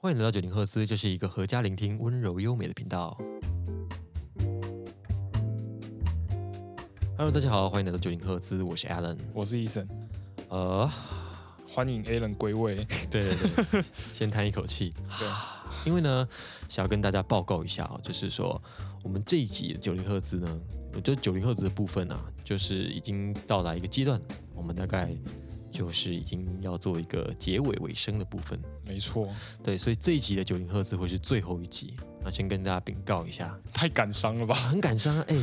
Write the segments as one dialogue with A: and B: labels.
A: 欢迎来到九零赫兹，这是一个合家聆听温柔优美的频道。Hello，大家好，欢迎来到九零赫兹，我是 Alan。
B: 我是医生，
A: 呃，
B: 欢迎 Alan 归位。
A: 对对对， 先叹一口气，
B: 对，
A: 因为呢，想要跟大家报告一下哦，就是说我们这一集九零赫兹呢，我觉得九零赫兹的部分啊，就是已经到达一个阶段，我们大概就是已经要做一个结尾尾声的部分。
B: 没错，
A: 对，所以这一集的九零赫兹会是最后一集。那先跟大家禀告一下，
B: 太感伤了吧？
A: 很感伤啊哎、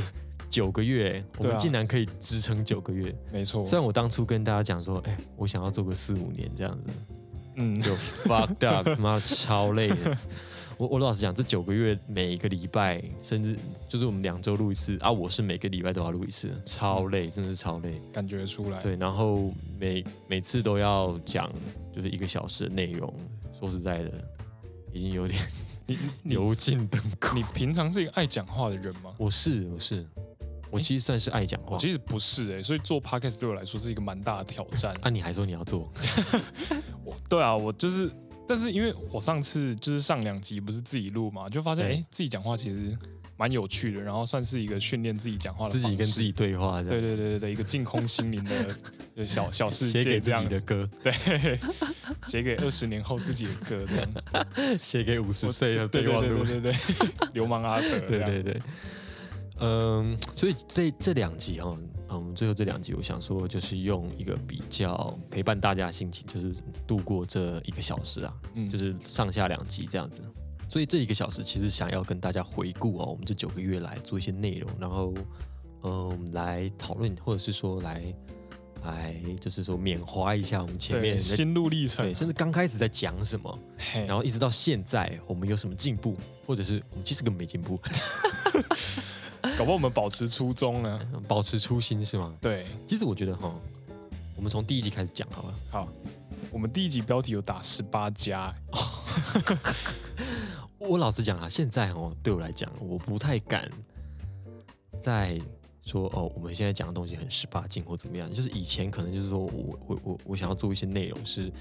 A: 九个月，哎我
B: 对
A: 们
B: 啊哦
A: 竟然可以支撑九个月。
B: 没错，
A: 虽然我当初跟大家讲说，哎、我想要做个四五年这样子，
B: 嗯，
A: 就 fucked up，妈超累的。 我我老实讲，这九个月每一个礼拜，甚至就是我们两周录一次啊，我是每个礼拜都要录一次，超累，真的是超累。
B: 感觉出来。
A: 对，然后每每次都要讲就是一个小时的内容，说实在的，已经有点。
B: 你你
A: 油尽灯枯。
B: 你平常是一个爱讲话的人吗？
A: 我是我是，我其实算是爱讲话。
B: 我其实不是哎、所以做 podcast 对我来说是一个蛮大的挑战。
A: 啊，你还说你要做？
B: 我对啊，我就是，但是因为我上次就是上两集不是自己录嘛，就发现哎、
A: 对
B: 诶自己讲话其实蛮有趣的，然后算是一个训练自己讲话的
A: 自己
B: 方
A: 跟
B: 式
A: 自己。对话这
B: 对
A: 样。
B: 对对对对，一个净空心灵 的的小小世
A: 写给
B: 界这
A: 自
B: 样
A: 己的
B: 子，
A: 歌，
B: 对， 写给二十年后自己的歌 这样。
A: 写给五十
B: 我
A: 岁的
B: 对
A: 备
B: 对
A: 忘
B: 对
A: 录。
B: 对对对， 流氓阿德，
A: 对对对。嗯，所以这这两集哈、哦，嗯，我们最后这两集，我想说就是用一个比较陪伴大家的心情，就是度过这一个小时啊，
B: 嗯
A: 就是上下两集这样子。所以这一个小时其实想要跟大家回顾哦，我们这九个月来做一些内容，然后嗯来讨论，或者是说来来就是说缅怀一下我们前面
B: 对
A: 的
B: 心路历程
A: 对，，甚至刚开始在讲什么，
B: 嘿
A: 然后一直到现在我们有什么进步，或者是我们其实根本没进步，
B: 搞不好我们保持初衷呢。
A: 保持初心是吗？
B: 对，
A: 其实我觉得哈，我们从第一集开始讲好了。
B: 好，我们第一集标题有打十八加，
A: 我老实讲啊，现在哦，对我来讲，我不太敢再说哦，我们现在讲的东西很十八禁或怎么样。就是以前可能就是说我我我我想要做一些内容是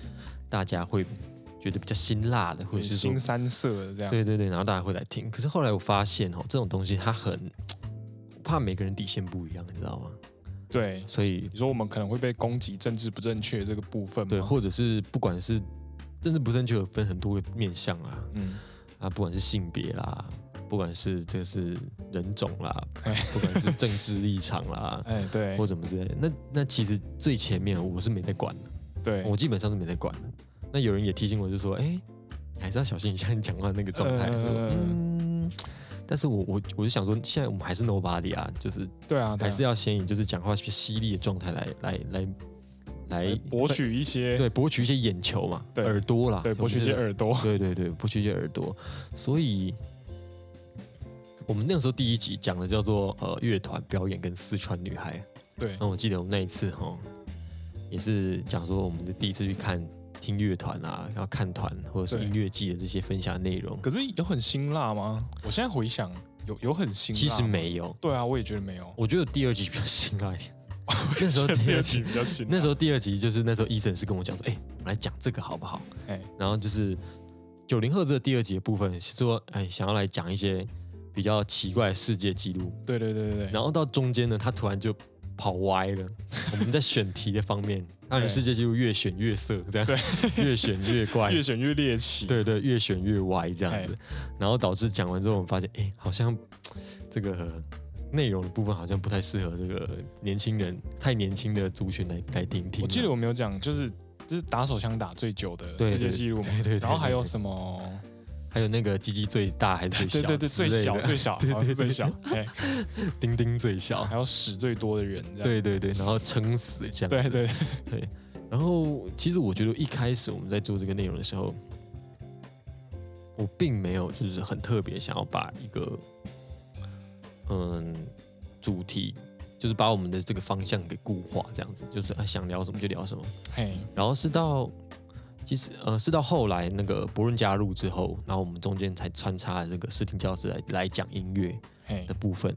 A: 大家会觉得比较辛辣的，或者是说
B: 新三色的这样。
A: 对对对，然后大家会来听。可是后来我发现哦，这种东西它很我怕每个人底线不一样，你知道吗？
B: 对，
A: 所以
B: 你说我们可能会被攻击政治不正确这个部分
A: 对，
B: 吗？
A: 或者是不管是政治不正确有分很多个面向啊，
B: 嗯，，
A: 啊，不管是性别啦，不管是这是人种啦，不管是政治立场啦
B: 哎，对
A: 或，怎么之类的，那那其实最前面我是没在管的，
B: 对，
A: 我基本上是没在管的。那有人也提醒我，就说，哎、你还是要小心一下你讲话那个状态。我说
B: 呃
A: 嗯，但是我我我就想说，现在我们还是 nobody 啊，就是
B: 对啊，对啊
A: 还是要先以就是讲话犀利的状态来来来来
B: 来哎博取一些，
A: 哎对博取一些眼球嘛，
B: 对
A: 耳朵啦，
B: 对，博取一些耳 朵。
A: 对对对，不去接耳朵，所以我们那个时候第一集讲的叫做呃乐团表演跟四川女孩。
B: 对，
A: 那我记得我那一次哈，也是讲说我们的第一次去看听乐团啊，然后看团或者是
B: 对
A: 音乐季的这些分享内容，
B: 可是有很辛辣吗？我现在回想，有有很辛辣。
A: 其实，没有，
B: 对啊，我也觉得没有。
A: 我觉得第二集比较辛 辣一点。那时候第
B: 第
A: 二
B: 二
A: 集
B: 集比较辛辣，
A: 那时候第二集就是那时候医生是跟我讲说，哎、我们来讲这个好不好？
B: 哎
A: 然后就是九零赫兹的第二集的部分是说，哎，想要来讲一些比较奇怪的世界纪录。
B: 对对对对对。
A: 然后到中间呢，他突然就跑歪了。我们在选题的方面，让你世界纪录越选越色，这样越选越怪，
B: 越选越猎奇。
A: 对对，越选越歪这样子
B: 哎。
A: 然后导致讲完之后，我们发现，哎，好像这个。内容的部分好像不太适合这个年轻人，太年轻的族群来来听听。啊
B: 我记得我没有讲，就是就是打手枪打最久的
A: 对
B: 世界
A: 对
B: 纪录嘛
A: 对对对，
B: 然后还有
A: 对
B: 什么？
A: 还有那个鸡鸡最大还是最小？
B: 对对对，最小最小，
A: 对
B: 好像
A: 对
B: 是最
A: 对
B: 小，哎，
A: 丁丁最小。
B: 还有屎最多的人这样。
A: 对对对，然后撑死这样。
B: 啊对对对
A: 对。然后其实我觉得一开始我们在做这个内容的时候，我并没有就是很特别想要把一个嗯主题，就是把我们的这个方向给固化，这样子，就是啊想聊什么就聊什么。
B: 嘿，
A: 然后是到其实呃是到后来那个博润加入之后，然后我们中间才穿插了这个视听教室来来讲音乐
B: 嘿
A: 的，部分。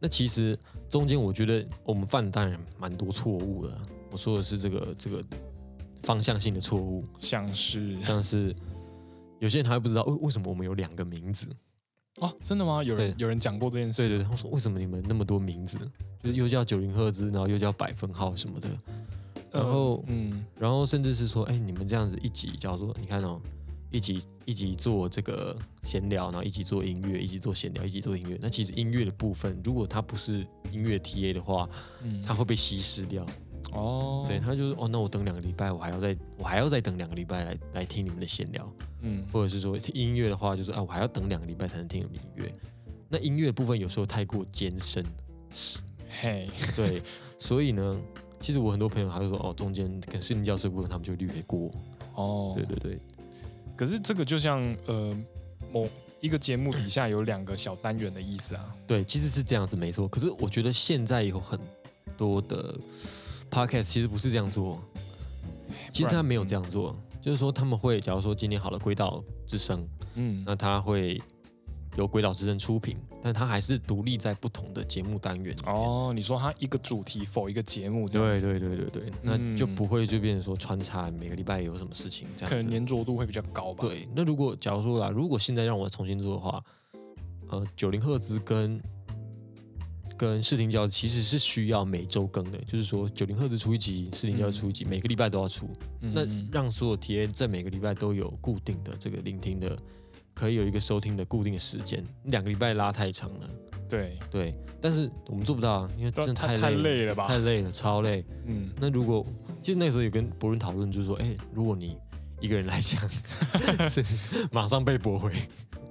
A: 那其实中间我觉得我们犯当然蛮多错误的，啊我说的是这个这个方向性的错误，
B: 像是
A: 像是有些人他会不知道为为什么我们有两个名字，
B: 哦，真的吗？有人有人讲过这件事？
A: 对对对，他说为什么你们那么多名字，就是又叫九零赫兹，然后又叫百分号什么的，
B: 呃
A: 然后
B: 嗯，
A: 然后甚至是说，哎，你们这样子一集叫做，你看哦，一集一集做这个闲聊，然后一集做音乐，一集做闲聊，一集做音乐。那其实音乐的部分，如果它不是音乐 TA 的话，
B: 嗯
A: 它会被稀释掉。
B: 哦，
A: 对，，他就是哦，那我等两个礼拜，我还要再我还要再等两个礼拜来来听你们的闲聊，
B: 嗯
A: 或者是说音乐的话，就是啊，我还要等两个礼拜才能听你们的音乐。那音乐的部分有时候太过艰 深，
B: 嘿，
A: 对，所以呢，其实我很多朋友他就说，哦，中间可能心灵教室的部分他们就略过，
B: 哦，
A: 对对对，
B: 可是这个就像呃某一个节目底下有两个小单元的意思啊。
A: 对，其实是这样子没错。可是我觉得现在有很多的 podcast 其实不是这样做，其实他没有这样做，就是说他们会，假如说今天好了，《归岛之声》，
B: 嗯，
A: 那他会由《归岛之声》出品，但他还是独立在不同的节目单元里面。
B: 哦，你说它一个主题否一个节目这样
A: 对
B: 子，
A: 对对对对，嗯那就不会就变成说穿插每个礼拜有什么事情这
B: 可
A: 样
B: 能
A: 子。
B: 粘着度会比较高吧。，
A: 对，那如果假如说啦，如果现在让我重新做的话，呃，九零赫兹跟跟视听教其实是需要每周更的，就是说九零赫兹出一集，视听教
B: 嗯
A: 出一集，每个礼拜都要出。那
B: 嗯
A: 让所有 TA 在每个礼拜都有固定的这个聆听的，可以有一个收听的固定的时间。你两个礼拜拉太长了，
B: 对，
A: 对。但是我们做不到啊，因为真的
B: 太
A: 太
B: 太
A: 累了，
B: 累了吧
A: 太？累了，超累。
B: 嗯，
A: 那如果就那时候有跟博伦讨论，就是说，哎、如果你一个人来讲， 是马上被驳回。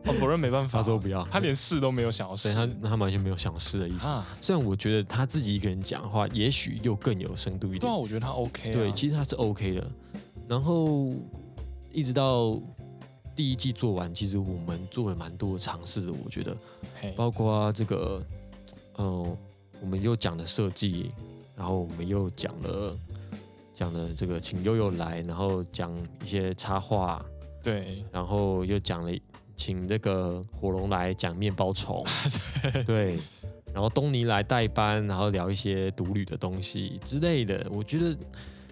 B: 哦，博人没办法
A: 他，说不要，
B: 啊他连试都没有想要
A: 对
B: 试
A: 他他完全没有想试的意思。
B: 啊。
A: 虽然我觉得他自己一个人讲的话，也许又更有深度一
B: 对啊，
A: 点。
B: 我觉得他 OK 啊。
A: 对，其实他是 OK 的。然后一直到第一季做完，其实我们做了蛮多尝试的，我觉得，
B: 嘿
A: 包括这个，呃，我们又讲了设计，然后我们又讲了讲了这个请悠悠来，然后讲一些插画，
B: 对，
A: 然后又讲了请这个火龙来讲面包虫，对，然后东尼来代班，然后聊一些独旅的东西之类的。我觉得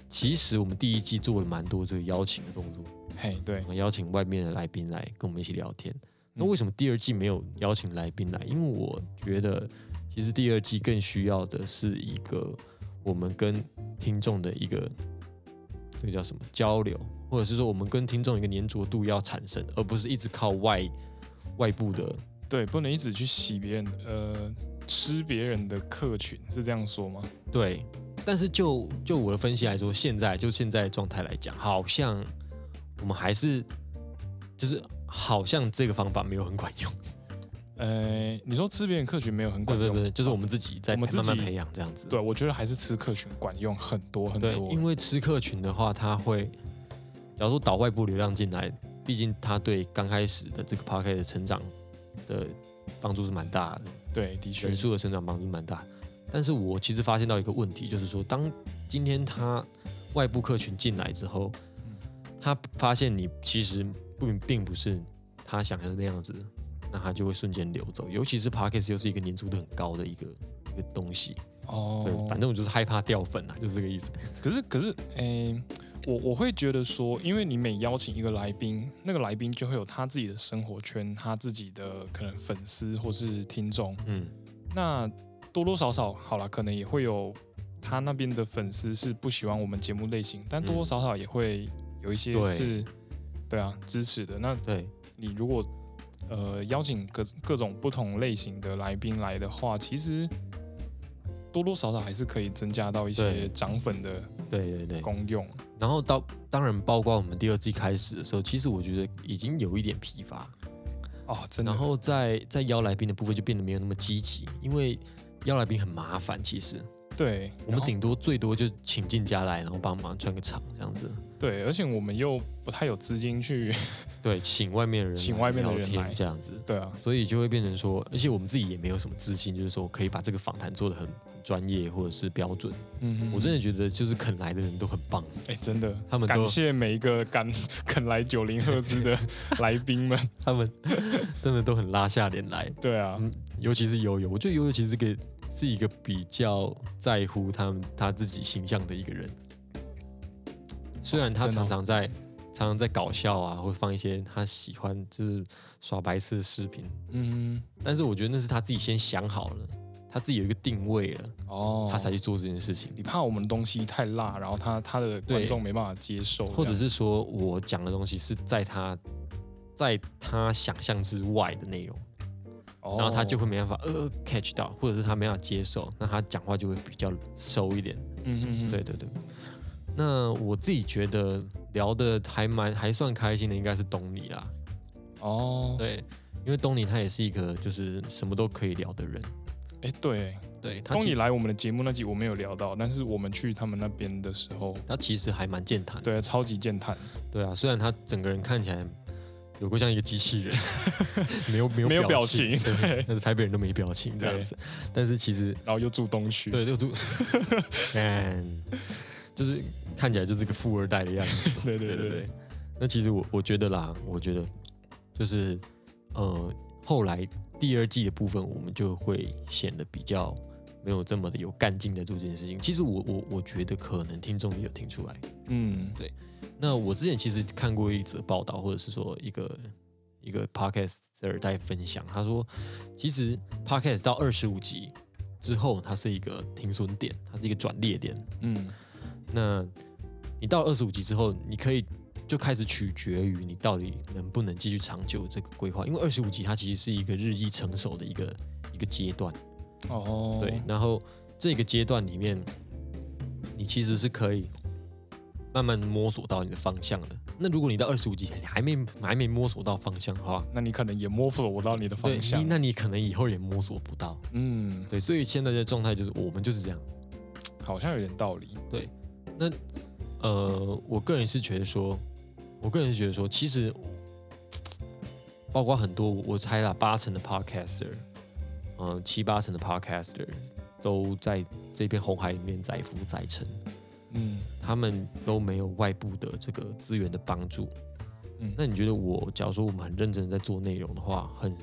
A: 其实我们第一季做了蛮多这个邀请的动作，
B: 嘿对
A: 我，们邀请外面的来宾来跟我们一起聊天。那
B: 嗯
A: 为什么第二季没有邀请来宾来？因为我觉得其实第二季更需要的是一个我们跟听众的一个这个叫什么交流，或者是说我们跟听众一个粘着度要产生，而不是一直靠外外部的。
B: 对，不能一直去洗别人的，呃，吃别人的客群，是这样说吗？
A: 对，但是就就我的分析来说，现在就现在的状态来讲，好像我们还是就是好像这个方法没有很管用。
B: 呃，你说吃别人客群没有很
A: 不
B: 管
A: 不
B: 用，
A: 不，就是我们自己在
B: 我们
A: 慢
B: 自己
A: 慢培养这样子。
B: 对，我觉得还是吃客群管用很多很多。
A: 对，因为吃客群的话，它会，假如说导外部流量进来，毕竟它对刚开始的这个 p a r k 的成长的帮助是蛮大的，
B: 对，的确
A: 人，数的成长帮助蛮大。但是我其实发现到一个问题，就是说，当今天它外部客群进来之后，
B: 嗯
A: 他发现你其实不并不是他想象的那样子，那他就会瞬间流走。尤其是 p a r k 又是一个粘着度很高的一个一个东西，
B: 哦，
A: 对，反正我就是害怕掉粉啊， 就是这个意思。
B: 可是可是，诶、我我会觉得说，因为你每邀请一个来宾，那个来宾就会有他自己的生活圈，他自己的可能粉丝或是听众，
A: 嗯。
B: 那多多少少好了，可能也会有他那边的粉丝是不喜欢我们节目类型，但多多少少也会有一些
A: 对
B: 是，对啊，支持的。那
A: 对，
B: 你如果呃邀请各各种不同类型的来宾来的话，其实多多少少还是可以增加到一些
A: 对
B: 涨粉的
A: 对对对。
B: 功用。啊
A: 然后到当然，包括我们第二季开始的时候，其实我觉得已经有一点疲乏，
B: 哦，真的。
A: 然后在在邀来宾的部分就变得没有那么积极，因为邀来宾很麻烦。其实
B: 对，
A: 我
B: 然
A: 们
B: 后
A: 顶多最多就请进家来，然后帮忙串个场这样子。
B: 对，而且我们又不太有资金 去，
A: 对，请外面的人来
B: 请外面的人
A: 聊
B: 来
A: 天这样子，
B: 对啊，
A: 所以就会变成说，而且我们自己也没有什么自信，就是说可以把这个访谈做得很很专业或者是标准。
B: 嗯
A: 我真
B: 的
A: 的觉得就是肯来的人都很棒，
B: 哎、真的，
A: 他们都
B: 感谢每一个敢 肯来九零赫兹的来宾 们，
A: 他们真的都很拉下脸来。
B: 对啊，
A: 嗯，尤其是悠悠，我觉得悠悠其实是个是一个比较在乎他们他自己形象的一个人。虽然他
B: 真的哦
A: 常常在常常在搞笑啊，或放一些他喜欢就是耍白痴的视频。
B: 嗯，
A: 但是我觉得那是他自己先想好了，他自己有一个定位了，
B: 哦，
A: 他才去做这件事情。
B: 你怕我们东西太辣，然后他他的观众没办法接受，
A: 或者
B: 这样
A: 是说我讲的东西是在他在他想象之外的内容，然后他就
B: 哦
A: 会没办法呃 catch 到，或者是他没办法接受，那他讲话就会比较收一点。
B: 嗯嗯嗯，
A: 对对对。那我自己觉得聊的还蛮还算开心的，应该是东尼啦。
B: 哦，
A: 对，因为东尼他也是一个就是什么都可以聊的人。
B: 哎对，
A: 对，他
B: 东
A: 其
B: 尼
A: 实
B: 来我们的节目那集我没有聊到，但是我们去他们那边的时候，
A: 他其实还蛮健谈的。
B: 对，超级健谈，
A: 对啊，虽然他整个人看起来有过像一个机 器人，没有没有
B: 没有表
A: 情，
B: 情
A: 对，但是台北人都没表情这样
B: 对
A: 子。但是其实
B: 然后又住东 区，
A: 对，就就看，就是看起来就是个富二代的样子。
B: 对
A: 对
B: 对
A: 对
B: 对
A: 对。那其实我我觉得啦，我觉得就是呃，后来第二季的部分，我们就会显得比较没有这么的有干劲在做这件事情。其实我我我觉得可能听众也有听出来。
B: 嗯
A: 那我之前其实看过一则报道，或者是说一个一个 podcast 在分享，他说，其实 podcast 到二十五集之后，它是一个停损点，它是一个转捩点。
B: 嗯，
A: 那你到二十五集之后，你可以就开始取决于你到底能不能继续长久这个规划，因为二十五集它其实是一个日益成熟的一个一个阶段。
B: 哦，
A: 对，然后这个阶段里面，你其实是可以慢慢摸索到你的方向的。那如果你到二十五级前你还没还没摸索到方向的话，
B: 那你可能也摸索不到你的
A: 对，
B: 方
A: 你
B: 向，
A: 那你可能以后也摸索不到。
B: 嗯，
A: 对，所以现在的状态就是我们就是这样。
B: 好像有点道理，
A: 呃，我个人是觉得说，我个人是觉得说，其实包括很多，我猜啦，八成的 podcaster，嗯、七八成的 podcaster 都在这片红海里面载浮载沉。
B: 嗯
A: 他们都没有外部的这个资源的帮助。
B: 嗯，
A: 那你觉得我，假如说我们很认真地在做内容的话，很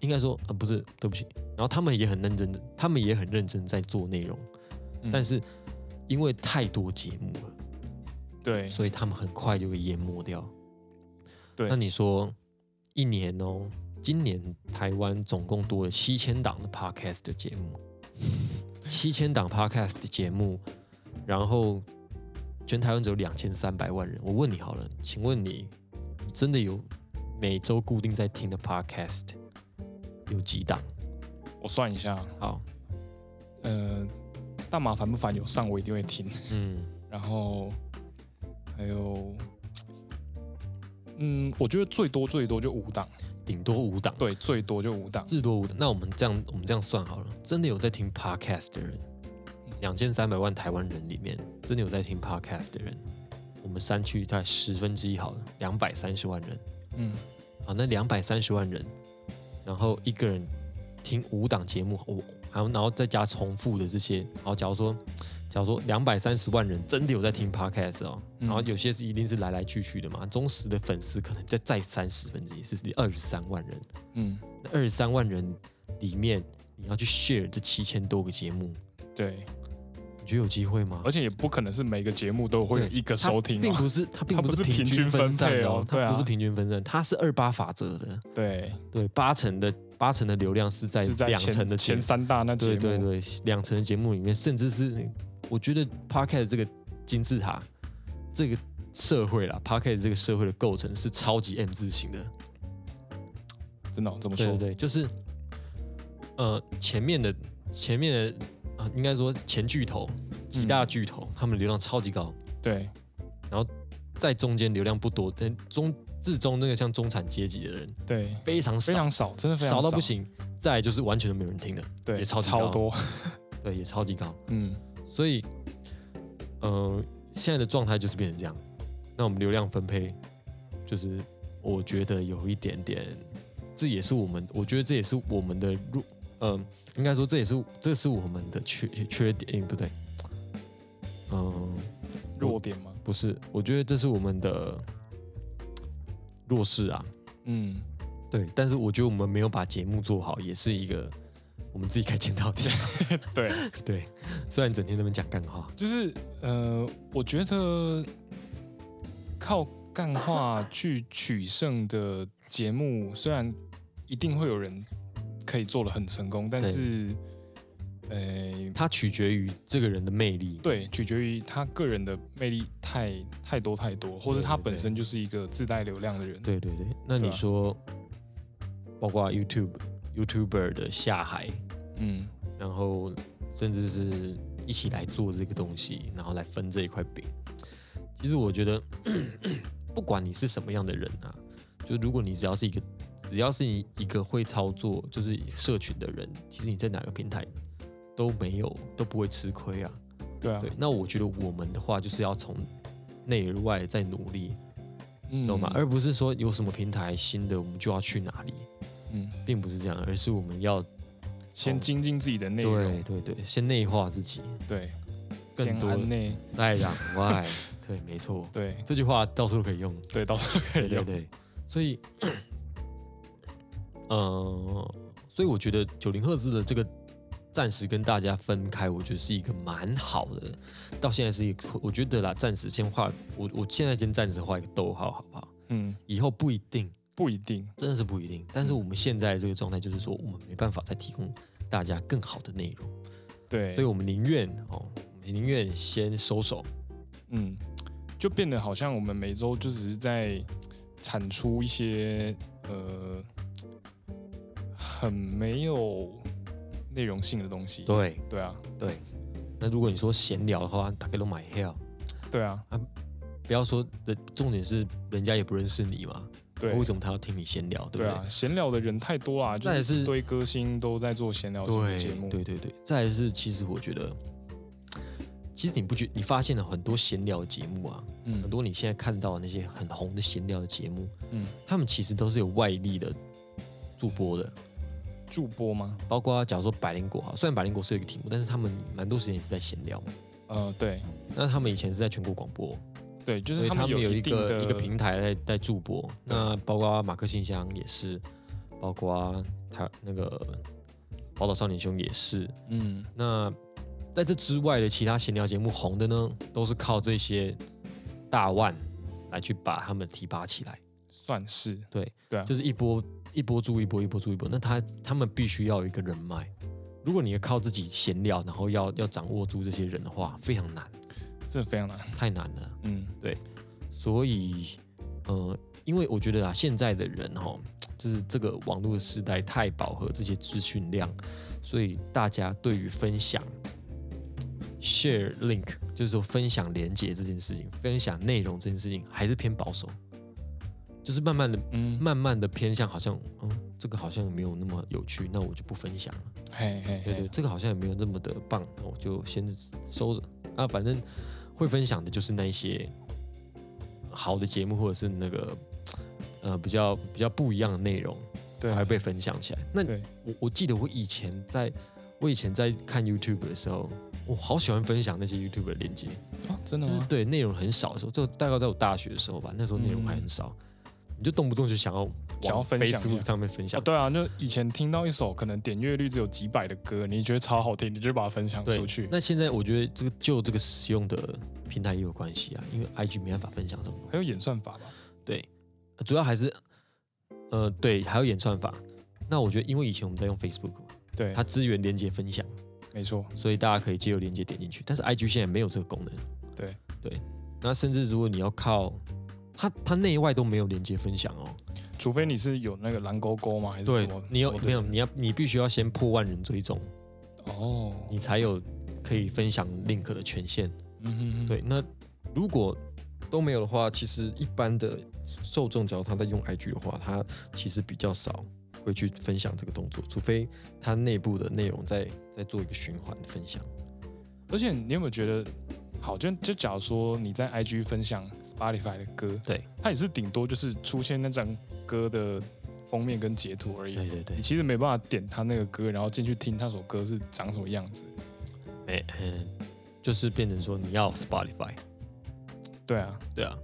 A: 应该说啊、呃不是，对不起。然后他们也很认真，他们也很认真在做内容，
B: 嗯
A: 但是因为太多节目了，
B: 对，
A: 所以他们很快就会淹没掉。
B: 对
A: 那你说一年哦，今年台湾总共多了七千档的 podcast 的节 目，七千档 podcast 的节目，然后全台湾只有两千三百万人。我问你好了，请问你，你真的有每周固定在听的 podcast 有几档？
B: 我算一下，
A: 好，
B: 呃，大麻烦不烦有上我一定会听，
A: 嗯，
B: 然后还有，嗯，我觉得最多最多就五档，
A: 顶多五档，
B: 对，最多就五档，
A: 至多五档。那我们这样，我们这样算好了，真的有在听 podcast 的人，两千三百万台湾人里面，真的有在听 podcast 的人，我们删去大概十分之一好了，两百三十万人。
B: 嗯，
A: 啊，那两百三十万人，然后一个人听五档节目，我、还有然后再加重复的这些，然后假如说，假如说两百三十万人真的有在听 podcast 哦，
B: 嗯
A: 然后有些是一定是来来去去的嘛，忠实的粉丝可能再再三十分之一，是二十三万人，
B: 嗯，
A: 那二十三万人里面，你要去 share 这七千多个节目，
B: 对，
A: 你觉得有机会吗？
B: 而且也不可能是每个节目都会有一个
A: 它
B: 收听、
A: 并
B: 哦，
A: 不是它并
B: 它
A: 不
B: 不
A: 是
B: 是平
A: 均
B: 均
A: 分
B: 分
A: 散
B: 配
A: 的
B: 哦对
A: 它不
B: 啊
A: 是平均分散，它是二八法则的。
B: 对，
A: 对，八成的八成的流量是在
B: 是在
A: 两成的
B: 前
A: 节目
B: 前三大那节目，
A: 对对对，两成的节目里面，甚至是我觉得 Podcast 这个金字塔，这个社会啦，Podcast 这个社会的构成是超级 M 字形的。
B: 真的哦、怎么
A: 对
B: 说？
A: 对对，就是呃前面的前面的啊、应该说前巨头几
B: 嗯
A: 大巨头，他们流量超级高，
B: 对
A: 在中间流量不多，但中至中那个像中产阶级的人
B: 对
A: 非常少，
B: 非常少，真的非常
A: 少到不，行。再来就是完全都没有人听的，
B: 对，
A: 也超级高
B: 超多，
A: 对，也超级高。
B: 嗯，
A: 所以，呃，现在的状态就是变成这样。那我们流量分配，就是我觉得有一点点，这也是我们，我觉得这也是我们的弱，呃，应该说这也是这是我们的缺缺点，诶不对，嗯、
B: 弱点吗？
A: 不是，我觉得这是我们的弱势啊。
B: 嗯，
A: 对，但是我觉得我们没有把节目做好，也是一个我们自己该检讨的地 方。
B: 对，
A: 对，虽然整天在那边讲干话，
B: 就是呃，我觉得靠干话去取胜的节目，虽然一定会有人可以做的很成功，但
A: 对
B: 是，呃，
A: 它取决于这个人的魅力。
B: 对，取决于他个人的魅力太太多太多，或者
A: 对
B: 他
A: 对
B: 本
A: 对
B: 身就是一个自带流量的人。
A: 对对对，那
B: 对
A: 你
B: 啊
A: 说，包括 YouTube、YouTuber 的下海，
B: 嗯，
A: 然后甚至是一起来做这个东西，然后来分这一块饼。其实我觉得， 不管你是什么样的人啊，就如果你只要是一个，只要是你一个会操作就是社群的人，其实你在哪个平台都没有都不会吃亏啊。
B: 对啊，
A: 对，那我觉得我们的话就是要从内而外再努力，
B: 嗯，
A: 懂吗？而不是说有什么平台新的我们就要去哪里，
B: 嗯，
A: 并不是这样，而是我们要
B: 先精进自己的内容，
A: 对对对，先内化自己，
B: 对，
A: 更
B: 先
A: 多
B: 安内，
A: 再攘外。对，没错，
B: 对
A: 这句话到处都可以用。
B: 对，到时候可
A: 对
B: 以
A: 对
B: 聊。
A: 对，所以， 呃，所以我觉得九零赫兹的这个暂时跟大家分开，我觉得是一个蛮好的。到现在是一个，我觉得啦，暂时先画，我我现在先暂时画一个逗号，好不好？
B: 嗯，
A: 以后不一定。
B: 不一定，
A: 真的是不一定。但是我
B: 嗯
A: 们现在这个状态就是说，我们没办法再提供大家更好的内容，
B: 对，
A: 所以我们宁愿哦，我们宁愿先收手。
B: 嗯，就变得好像我们每周就只是在产出一些呃很没有内容性的东西。
A: 对
B: 对啊，
A: 对。那如果你说闲聊的话，大概都买 hell，
B: 对啊，
A: 不要说的重点是人家也不认识你嘛，
B: 对，
A: 为什么他要听你闲聊，对不
B: 对
A: 对？
B: 啊，闲聊的人太多啊，就
A: 那也是
B: 一堆歌星都在做闲聊型的
A: 对
B: 节目。
A: 对对对，再来是，其实我觉得，其实你不觉，你发现了很多闲聊节目啊，很
B: 嗯，
A: 多你现在看到的那些很红的闲聊节目，
B: 嗯，
A: 他们其实都是有外力的助播的，
B: 助播吗？
A: 包括假如说百灵果哈，虽然百灵果是有一个题目，但是他们蛮多时间也是在闲聊嘛。
B: 呃，对
A: 那他们以前是在全国广播，
B: 对，就
A: 所
B: 是
A: 以他
B: 们
A: 们有
B: 一
A: 一
B: 定
A: 个
B: 的
A: 一个平台在在助播。那包括马克信箱也是，包括他那个宝岛少年兄也是。
B: 嗯，
A: 那在这之外的其他闲聊节目红的呢，都是靠这些大腕来去把他们提拔起来。
B: 算是
A: 就是一波一波注一波，一波注一波。那他他们必须要有一个人脉。如果你靠自己闲聊，然后要要掌握住这些人的话，非常难，
B: 这非常难。
A: 太难了。
B: 嗯，
A: 所以，呃，因为我觉得啊，现在的人哈、就是这个网络的时代太饱和这些资讯量，所以大家对于分享 share link，就是说分享连接这件事情，分享内容这件事情，还是偏保守，就是慢慢的
B: 嗯，
A: 慢慢的偏向好像，嗯，这个好像没有那么有趣，那我就不分享了。
B: 嘿嘿
A: 对对，
B: 嘿，
A: 这个好像也没有那么的棒，那我就先收着啊。反正会分享的就是那一些好的节目，或者是那个呃比较比较不一样的内容，
B: 对
A: 才会
B: 啊，
A: 被分享起来。那
B: 对
A: 我我记得我以前在我以前在看 YouTube 的时候，我好喜欢分享那些 YouTube 的链接。
B: 哦真的
A: 就是
B: 吗？
A: 对内容很少的时候，就大概在我大学的时候吧，那时候内容还很少，
B: 嗯
A: 你就动不动就想要
B: 想要分享一
A: Facebook
B: 下
A: 上面分享，
B: 哦，对啊，就以前听到一首可能点阅率只有几百的歌，你觉得超好听，你就把它分享
A: 对
B: 出去。
A: 那现在我觉得这个就这个使用的平台也有关系啊，因为 IG 没办法分享这种东西
B: 还有演算法吧？
A: 对，主要还是呃对，还有演算法。那我觉得，因为以前我们在用 Facebook，嘛
B: 对，
A: 它支援连接分享，
B: 没错，
A: 所以大家可以借由连接点进去。但是 IG 现在没有这个功能。
B: 对
A: 对，那甚至如果你要靠它，它内外都没有连接分享哦。
B: 除非你是有那个蓝勾勾吗？还是
A: 对
B: 什么？，
A: 你要
B: 什么的
A: 没有？你要你必须要先破万人追踪，
B: 哦，
A: 你才有可以分享 link 的权限。
B: 嗯哼哼，
A: 对，那如果
C: 都没有的话，其实一般的受众，只要他在用 IG 的话，他其实比较少会去分享这个动作，除非他内部的内容在在做一个循环的分享。
B: 而且你有没有觉得，好，就就假如说你在 IG 分享 Spotify 的歌，
A: 对，
B: 它也是顶多就是出现那张歌的封面跟截图而已。
A: 对对对
B: 你，其实没办法点他那个歌，然后进去听那首歌是长什么样子。
A: 没嗯、就是变成说你要 Spotify，
B: 对啊，
A: 对啊，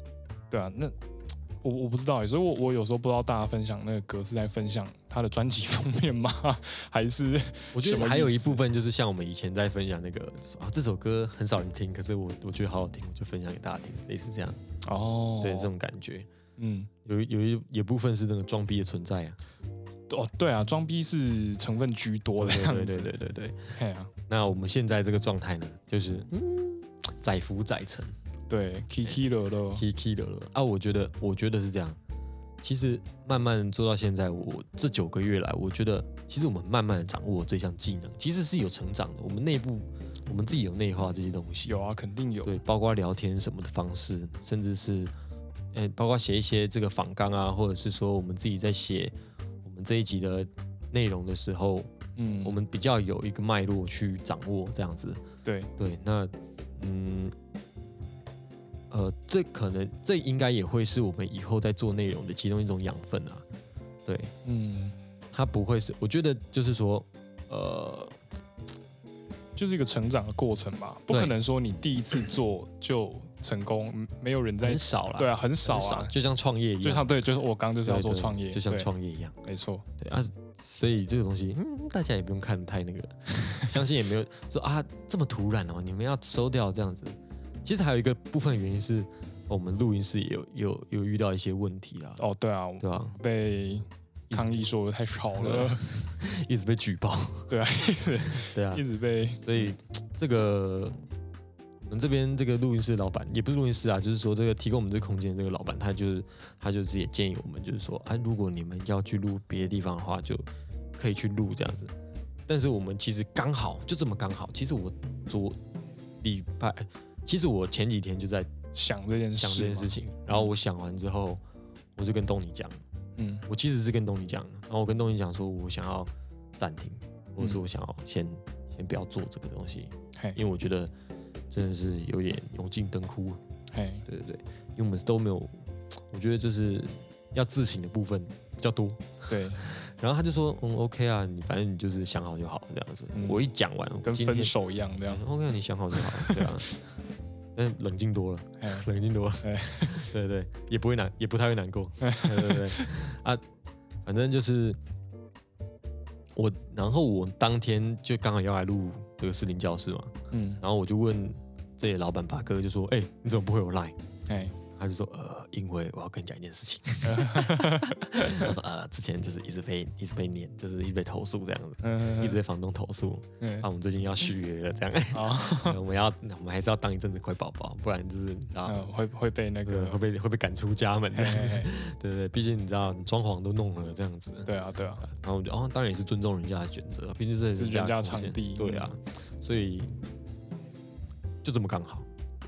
B: 对啊，那我我不知道欸，所以我我有时候不知道大家分享那个歌是在分享他的专辑封面吗？还是
A: 我觉
B: 什么
A: 得
B: 意
A: 还有一
B: 思
A: 部分就是像我们以前在分享那个，就说啊这首歌很少人听，可是我我觉得好好听，我就分享给大家听，类似这样，
B: 哦，
A: 对这种感觉。
B: 嗯，
A: 有有一有部分是那个装逼的存在啊，
B: 哦对啊，装逼是成分居多的
A: 对
B: 样
A: 对
B: 子，
A: 对对对对。
B: 嘿啊，
A: 那我们现在这个状态呢，就是嗯，载浮载沉
B: 对，K K 了了，
A: ，K K 的了啊。我觉得我觉得是这样。其实慢慢做到现在，我这九个月来，我觉得其实我们慢慢的掌握这项技能，其实是有成长的。我们内部我们自己有内化这些东西，
B: 有啊，肯定有，
A: 对，包括聊天什么的方式，甚至是，哎、包括写一些这个访纲啊，或者是说我们自己在写我们这一集的内容的时候，
B: 嗯，
A: 我们比较有一个脉络去掌握这样子。
B: 对，
A: 对，那嗯，呃，这可能这应该也会是我们以后在做内容的其中一种养分啊。对，
B: 嗯，
A: 它不会是，我觉得就是说，呃，
B: 就是一个成长的过程吧，不
A: 对
B: 可能说你第一次做就成功，嗯没有人在
A: 很，少啦，
B: 对啊，很少
A: 很
B: 啊，
A: 就像创业一样，
B: 就像对，就是我刚刚就是要
A: 对
B: 说
A: 对
B: 创业，
A: 就像
B: 对，
A: 创业一样。
B: 没错，
A: 对啊，所以这个东西，嗯，大家也不用看得太那个，相信也没有说啊这么突然哦，你们要收掉这样子。其实还有一个部分原因是，我们录音室也有有有遇到一些问题啦，
B: 哦对啊，
A: 对吧、
B: 被抗议说我太吵了，
A: 一直被举报，
B: 对啊，一直
A: 对啊
B: 一，直被，
A: 所以这个我们这边这个录音室老板也不是录音室啊，就是说这个提供我们这个空间的这个老板，他就是他就是也建议我们，就是说啊，如果你们要去录别的地方的话，就可以去录这样子。但是我们其实刚好就这么刚好，其实我昨礼拜，其实我前几天就在
B: 想这件事，
A: 想这件事，情，然后我想完之后，我就跟东尼讲，
B: 嗯
A: 我其实是跟东尼讲，然后我跟东尼讲说，我想要暂停，或者说我想要先、先不要做这个东西，
B: 嘿
A: 因为我觉得真的是有点油尽灯枯，
B: 嘿，
A: 对对对，因为我们都没有，我觉得就是要自省的部分比较多。
B: 对，
A: 然后他就说，嗯，OK 啊，你反正你就是想好就好这样子。
B: 嗯
A: 我一讲完，
B: 跟
A: 今
B: 分
A: 天
B: 手一样这样，
A: ，OK，啊你想好就好，对啊。嗯，冷静多了，
B: 嘿
A: 冷静多了
B: 哎，
A: 对对，也不会难，也不太会难过，对对对，啊，反正就是我，然后我当天就刚好要来录这个四零教室嘛，
B: 嗯，
A: 然后我就问这里老板八哥，就说：“哎、你怎么不回我 line？”
B: 嘿，
A: 他就说：“呃，因为我要跟你讲一件事情。” 他说：“呃，之前就是一直被一直被念，就是一直被投诉这样子，
B: 嗯，
A: 一直被房东投诉。
B: 嗯
A: 啊，我们最近要续约了，这样
B: 啊，
A: 我们要我们还是要当一阵子乖宝宝，不然就是你知道。
B: 嗯会会被那
A: 呃
B: 个
A: 会，被会被赶出家门，
B: 嘿嘿嘿
A: 对对，毕竟你知道，你装潢都弄了这样子，
B: 对啊对啊，
A: 然后我就哦，当然也是尊重人家的选择，啊毕竟这也
B: 是
A: 人
B: 人家
A: 的空
B: 的场
A: 间
B: 地嗯
A: 对啊，所以就这么刚好，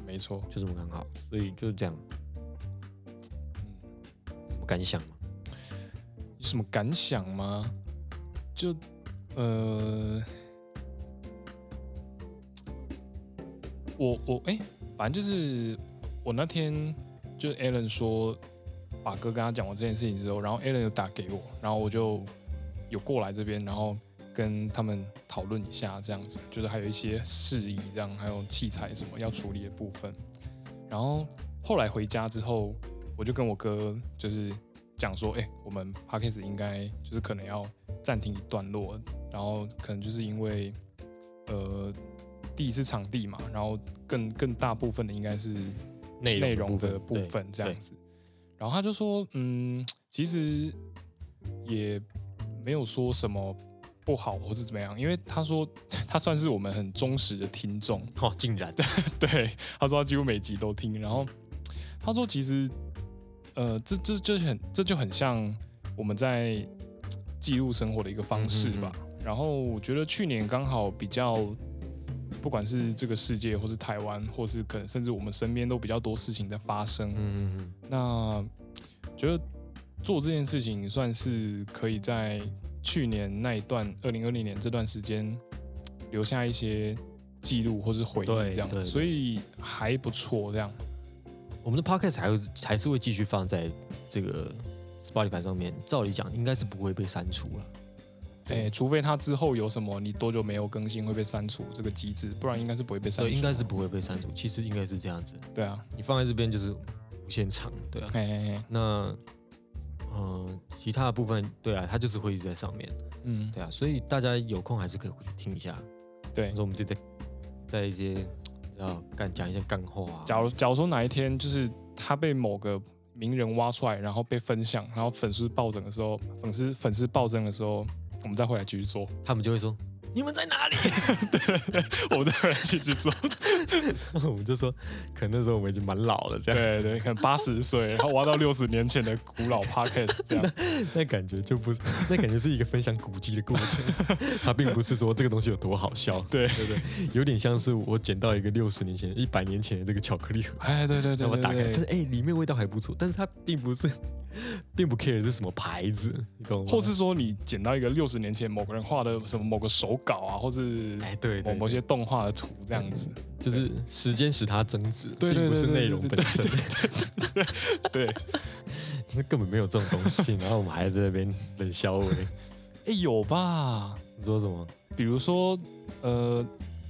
B: 没错，
A: 就这么刚好，所以就这样。嗯什么感想吗？
B: 有什么感想吗？就呃，我我哎、反正就是我那天就是 Alan 说，把哥跟他讲完这件事情之后，然后 Alan 有打给我，然后我就有过来这边，然后跟他们讨论一下这样子，就是还有一些事宜这样，还有器材什么要处理的部分。然后后来回家之后，我就跟我哥就是讲说，哎、我们 p a c k a g e 应该就是可能要暂停一段落，然后可能就是因为呃第一次场地嘛，然后更更大部分的应该是
A: 内
B: 内容的
A: 部
B: 部
A: 分
B: 分这样
A: 对
B: 子。然后他就说，嗯，其实也没有说什么不好或是怎么样，因为他说 他算是我们很忠实的听众，
A: 哦，竟然
B: 对，他说他几乎每集都听，然后他说其实，呃，这这就是很这就很像我们在记录生活的一个方式吧。然后我觉得去年刚好比较，不管是这个世界，或是台湾，或是可能甚至我们身边都比较多事情在发生。
A: 嗯，嗯
B: 那觉得做这件事情算是可以在去年那一段二零二零年这段时间留下一些记录或是回忆
A: 对
B: 这样
A: 对，
B: 所以还不错这样。
A: 嗯我们的 podcast 还会还是会继续放在这个 Spotify 上面，照理讲应该是不会被删除了。
B: 哎、除非他之后有什么你多久没有更新会被删除这个机制，不然应该是不会被删除。
A: 对，应该是不会被删除。其实应该是这样子，
B: 对啊，
A: 你放在这边就是无限长，对啊。
B: 哎哎哎，
A: 那呃，其他的部分，对啊，它就是会一直在上面，
B: 嗯，
A: 对啊。所以大家有空还是可以回去听一下。
B: 对
A: 然。后我们就在在一些要干讲一些干货啊，
B: 假如假如说哪一天就是他被某个名人挖出来，然后被分享，然后粉丝暴增的时候，粉丝粉丝暴增的时候，我们再回来继续做，
A: 他们就会说你们在哪里？
B: 我们再回来继续做。
A: 我们就说，可能那时候我们已经蛮老了，这样
B: 对对，可能八十岁，然后挖到六十年前的古老 podcast 这样。
A: 那感觉就不是，那感觉是一个分享古迹的过 程，它并不是说这个东西有多好笑，
B: 对
A: 对不对？有点像是我捡到一个六十年前、一百年前的这个巧克力盒，
B: 哎，对对对
A: 那我
B: 对
A: 打开，
B: 对
A: 发现哎，里面味道还不错，但是它并不是，并不 care 是什么牌子，你懂吗？
B: 或是说你捡到一个六十年前某个人画的什么某个手稿啊，或是
A: 哎，对
B: 某
A: 对
B: 某
A: 对，
B: 些动画的图这样 子。
A: 就是时间使它增值，
B: 对对
A: 并不是
B: 对对
A: 内容
B: 对
A: 本身，
B: 对，
A: 那根本没有这种东 西。然后我们还在那边冷笑微，
B: 哎，有吧？
A: 你说什么？
B: 比如说，呃，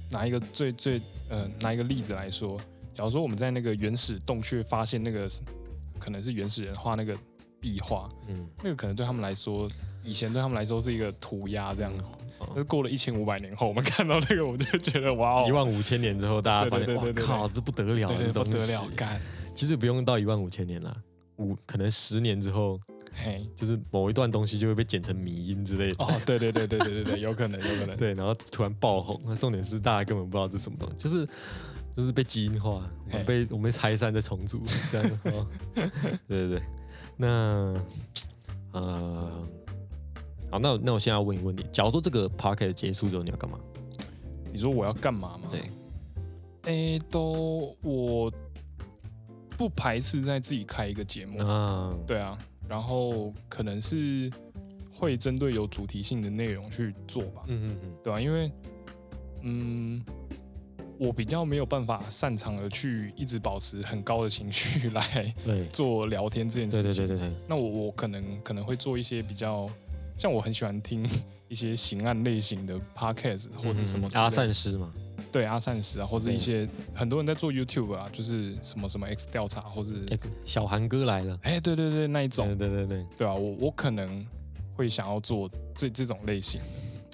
B: 拿一个最最呃拿一个例子来说，假如说我们在那个原始洞穴发现那个可能是原始人画那个壁画，
A: 嗯，
B: 那个可能对他们来说，以前对他们来说是一个涂鸦这样子。但是过了一千五百年后，我们看到那个，我就觉得哇
A: 一
B: 哦，
A: 万五千年之后，大家发现
B: 对对对
A: 哇
B: 对对对
A: 靠，这不得了，
B: 对
A: 这
B: 对，不
A: 东
B: 得
A: 西
B: 了，干，
A: 其实不用到一万五千年啦，五可能十年之后，
B: 嘿，
A: 就是某一段东西就会被剪成迷音之类的。
B: 哦，对对对对对对 对，有可能，有可能，
A: 对，然后突然爆红，那重点是大家根本不知道这是什么东西，就是就是被基因化，我
B: 嘿
A: 们被我们被拆散再重组这样。 哦、对对对，那呃，好，那我那我现在要问一个问题，假如说这个 p o c k e t 结束之后你要干嘛？
B: 你说我要干嘛吗？
A: 对，
B: 诶，都我不排斥在自己开一个节目，
A: 啊，
B: 对啊，然后可能是会针对有主题性的内容去做吧，
A: 嗯嗯嗯，
B: 对啊，因为嗯，我比较没有办法擅长的去一直保持很高的情绪 来
A: 对
B: 做聊天这件事
A: 对
B: 情。
A: 对对对对，
B: 那我我可能可能会做一些比较，像我很喜欢听一些刑案类型的 podcast 或是什么
A: 嗯
B: 之类的
A: 阿善嗯师嘛，
B: 对阿善师啊，或是
A: 对
B: 一些很多人在做 YouTube 啊，就是什么什么 X 调查或是
A: 哎小韩哥来了，
B: 哎、对对对那一种
A: 对对对对，
B: 对啊，我我可能会想要做这这种类型的，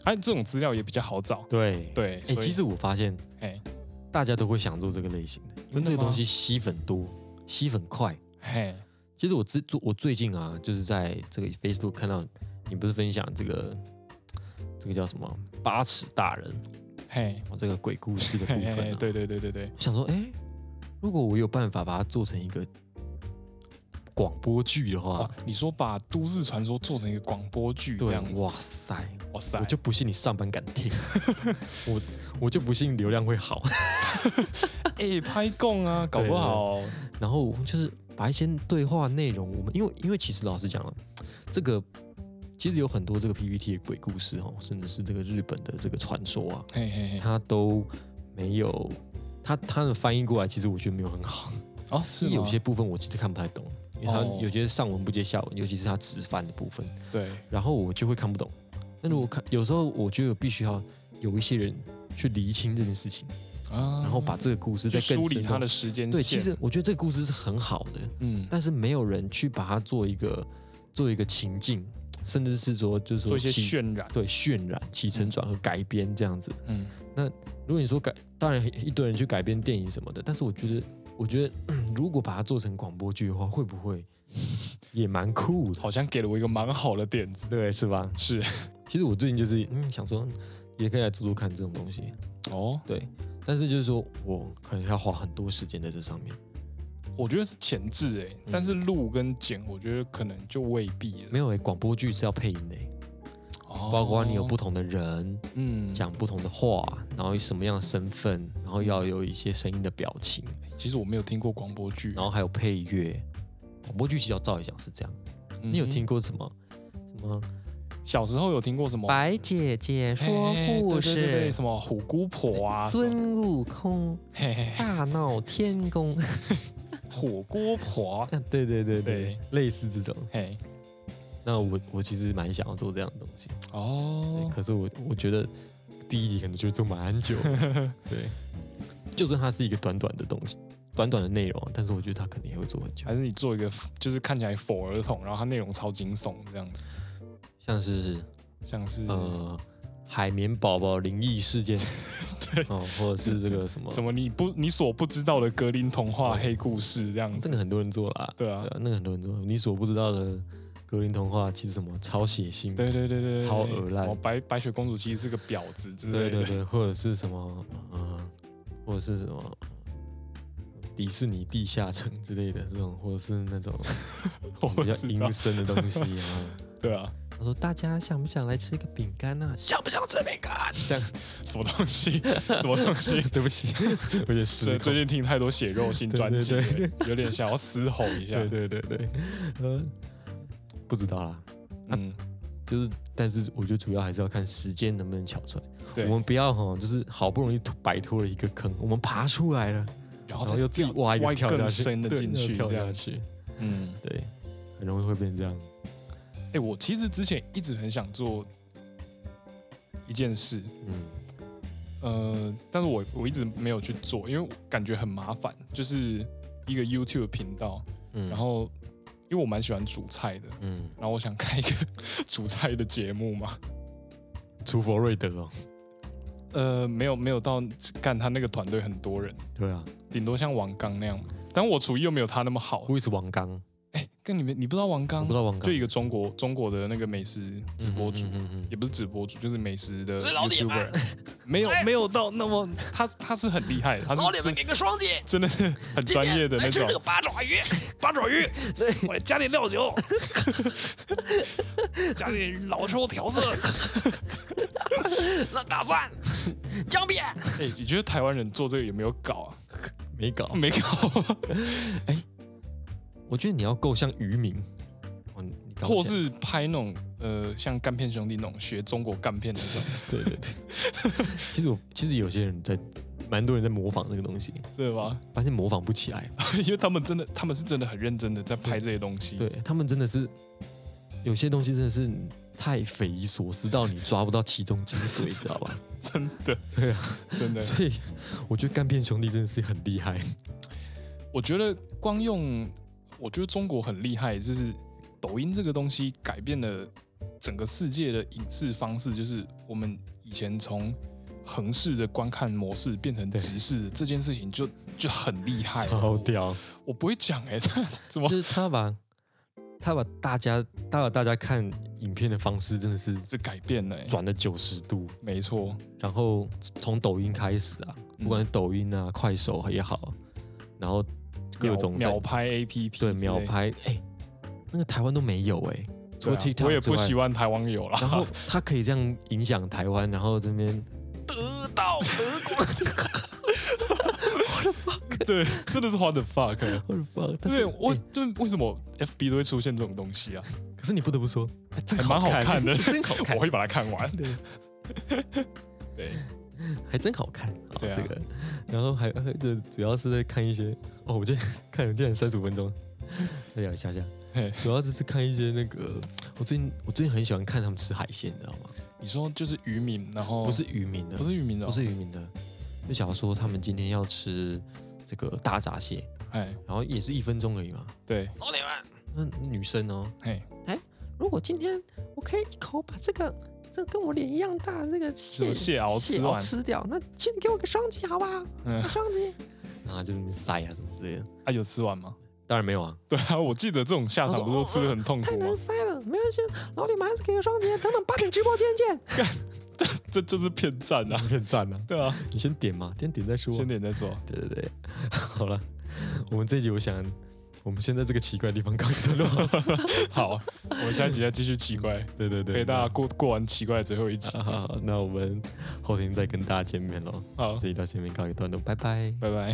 B: 而、且这种资料也比较好找。
A: 对
B: 对，
A: 哎、
B: 所以
A: 其实我发现，
B: 哎
A: 大家都会想做这个类型的，因
B: 真
A: 为
B: 的
A: 这个东
B: 吗
A: 西吸粉多，吸粉快。
B: 嘿，
A: 其实我最我最近啊，就是在这个 Facebook 看到你不是分享这个这个叫什么八尺大人
B: 嘿，
A: 哦，这个鬼故事的部
B: 嘿
A: 分、啊
B: 嘿， 对对对对对，
A: 我想说，哎、如果我有办法把它做成一个广播剧的话
B: 哇，，哦你说把都市传说做成一个广播剧这
A: 对
B: 样，子，
A: 哇塞，
B: 哇塞，
A: 我就不信你上班敢听， 我我就不信流量会好。
B: 哎拍供啊，搞不好，
A: 然后就是把一些对话内容，我们因为因为其实老实讲了，啊这个其实有很多这个 PPT 的鬼故事哦，甚至是这个日本的这个传说啊，
B: 嘿嘿嘿，
A: 它都没有它它的翻译过来，其实我觉得没有很好，
B: 哦是吗
A: 有些部分我其实看不太懂，因为它
B: 哦
A: 有些上文不接下文，尤其是它直翻的部分，
B: 对，
A: 然后我就会看不懂。但如果
B: 嗯
A: 看有时候我觉得必须要有一些人去厘清这件事情，
B: 啊，
A: 然后把这个故事
B: 去
A: 再更
B: 梳理
A: 深
B: 它
A: 入
B: 的时间线，
A: 对，其实我觉得这个故事是很好的，
B: 嗯，
A: 但是没有人去把它做一个做一个情境，甚至是说就是说
B: 做一些
A: 起
B: 渲染，
A: 对渲染、起承
B: 嗯
A: 转合、改编这样子。
B: 嗯，
A: 如果你说改，当然一堆人去改编电影什么的，但是我觉得，我觉得、 嗯如果把它做成广播剧的话，会不会也蛮酷 的？
B: 好像给了我一个蛮好的点子，
A: 对，是吧？
B: 是
A: 其实我最近就是嗯想说，也可以来做做看这种东西，
B: 哦，
A: 对。但是就是说我可能要花很多时间在这上面，
B: 我觉得是前置哎、但是录跟剪，我觉得可能就未必了。
A: 嗯没有诶、欸广播剧是要配音的、欸，
B: 哦
A: 包括你有不同的人，
B: 嗯，
A: 讲不同的话，然后什么样的身份，然后要有一些声音的表情，
B: 其实我没有听过广播剧
A: 然，后还有配乐。广播剧其实要照理讲是这样，
B: 嗯
A: 你有听过什么什么
B: 小时候有听过什么
D: 白姐姐说
B: 嘿
D: 故
B: 哎对对对对
D: 事，
B: 什么虎姑婆啊，什么
D: 孙悟空
B: 嘿嘿
A: 啊
B: 嘿
D: 大闹天宫。
B: 火锅婆，
A: 啊？对对对
B: 对，
A: 类似这种。
B: 嘿，
A: 那我我其实蛮想要做这样的东西，对
B: 哦，
A: 可是我我觉得第一集可能就会做蛮久，对。就算它是一个短短的东西，短短的内容啊，但是我觉得他肯定也会做很久
B: 还，是你做一个就是看起来否儿童，然后它内容超惊悚这样子，
A: 像是
B: 像是、
A: 呃海绵宝宝灵异事 件，哦，或者是这个什么
B: 什么你不你所不知道的格林童话黑故事这样
A: 这
B: 子，
A: 个很多人做啦，
B: 对啊
A: 对，啊，那个很多人做，你所不知道的格林童话其实什么超血腥，
B: 对对对对，对
A: 超恶烂
B: 什么白白雪公主其实是个婊子之
A: 对
B: 类
A: 对
B: 的，
A: 对，或者是什么呃，或者是什么迪士尼地下城之类的这种，或者是 那种
B: 我不
A: 比较
B: 知道
A: 阴，森的东西啊。
B: 对啊，
D: 他说大家想不想来吃个饼干呢、啊？
A: 想不想吃饼干？这样，
B: 什么东西，什么东西。
A: 对不起， 有点失
B: 最
A: 控。
B: 最近听太多血肉性专辑了，
A: 对
B: 有点想要嘶吼一下。
A: 对对对对，呃，不知道啦，
B: 嗯，
A: 就是，但是我觉得主要还是要看时间能不能巧出来。
B: 对
A: 我们不要哈，就是好不容易突摆脱了一个坑，我们爬出来了，
B: 然
A: 然
B: 后哦再
A: 后又自己
B: 掉
A: 挖一个
B: 挖
A: 跳下
B: 更
A: 去，
B: 深的
A: 对
B: 进去，
A: 跳
B: 这
A: 下
B: 样。
A: 去，
B: 嗯，
A: 对，很容易会变成这样。
B: 哎、我其实之前一直很想做一件事，
A: 嗯，
B: 呃，但是我我一直没有去做，因为感觉很麻烦，就是一个 YouTube 频道，
A: 嗯
B: 然后因为我蛮喜欢煮菜的，
A: 嗯，
B: 然后我想 开一个煮菜的节目嘛，
A: 厨佛瑞德哦，
B: 呃，没有没有到干他那个团队很多人，
A: 对啊，
B: 顶多像王刚那样，但我厨艺又没有他那么好。
A: 我也是王刚，
B: 哎、跟你们你不知道王
A: 我
B: 刚
A: 不知，道王刚
B: 就一个中国中国的那个美食直播主，
A: 嗯嗯嗯嗯嗯
B: 也不是直播主，就是美食的 YouTuber，没有没有到那么他他是很厉害的，他
E: 老
B: 是
E: 铁
B: 真
E: 们给个双击，
B: 真的是很专业的那
E: 来吃
B: 种
E: 哎这，个八爪鱼，八爪鱼，我加点料酒， 加点老抽调色，那大蒜，姜片，
B: 哎、你觉得台湾人做这个有没有搞啊？
A: 没搞。
B: 没搞，
A: 我觉得你要够像渔民，哦，你你搞起来
B: 或是拍那种呃像干片兄弟那种学中国干片 那种，
A: 对对对。其实我其实有些人在，蛮多人在模仿这个东西，
B: 对吧？
A: 发现模仿不起来。
B: 因为他们真的他们是真的很认真的在拍这些东西，
A: 对他们真的是有些东西真的是太匪夷所思到你抓不到其中精髓，知道吧？
B: 真的，
A: 对
B: 啊，真的。
A: 所以我觉得干片兄弟真的是很厉害。
B: 我觉得光用，我觉得中国很厉害，就是抖音这个东西改变了整个世界的影视方式，就是我们以前从横式的观看模式变成
A: 对
B: 直视的，这件事情就就很厉害 了，
A: 超屌！
B: 我！我不会讲哎、这怎么
A: 就是他把，他把大家，他把大家看影片的方式真的是
B: 这改变了、欸？
A: 转了九十度。
B: 没错，
A: 然后从抖音开始啊，
B: 嗯
A: 不管是抖音啊、快手也好，然后各种在
B: 秒秒拍 A P P，
A: 对秒，拍，哎、那个台湾都没有哎、除
B: 对
A: 了
B: 啊
A: TikTok 之外，
B: 我也不希望台湾有啦。
A: 然后他可以这样影响台湾，然后这边
E: 得到德国，
B: 对，真的是 what the fuck？欸
A: 我的妈但是
B: 对，我
A: 哎
B: 对为什么 F B 都会出现这种东西啊？
A: 可是你不得不说，哎真
B: 还蛮好看的
A: 真好看
B: 我，会把它看完。
A: 对
B: 对，
A: 还真好看。好
B: 对啊
A: 这个，然后还还这主要是在看一些哦，我今天 看了竟然三十五分钟，哎再聊一下下
B: 嘿。
A: 主要就是看一些那个，我最近我最近很喜欢看他们吃海鲜，你知道吗？
B: 你说就是渔民，然后
A: 不是渔民的，
B: 哦不是渔民的、哦
A: 不是渔民的，就假如说他们今天要吃这个大闸蟹，
B: 哎，
A: 然后也是一分钟而已嘛。
B: 对，
E: 老铁们，
A: 那女生哦，
B: 哎，
D: 如果今天我可以一口把这个这个跟我脸一样大的那个
B: 什
D: 蟹
B: 么蟹螯
D: 蟹
B: 吃
D: 要
B: 完，
D: 吃掉，那请你给我个双击好不 好？
B: 嗯，
D: 双击。
A: 然后就在那边塞啊什么之类的。
B: 啊，有吃完吗？
A: 当然没有啊，
B: 对啊，我记得这种下场不是都吃的很痛
D: 太
B: 苦吗
A: 哦
D: 难？塞了，没关系，老李马上给个双节，等等八点直播间见。
B: 这就是骗赞啊，
A: 很赞啊！
B: 对啊，
A: 你先点嘛，先点再说啊。
B: 先点再说。
A: 对对 对，好了，我们这一集我想，我们先在这个奇怪的地方告一段 落。
B: 好，我们下一集再继续奇怪，
A: 对对对，
B: 陪大家过过完奇怪的最后一集。
A: 那。 好好，好那我们后天再跟大家见面喽。
B: 好，
A: 这一到前面告一段落，拜拜。
B: 拜拜。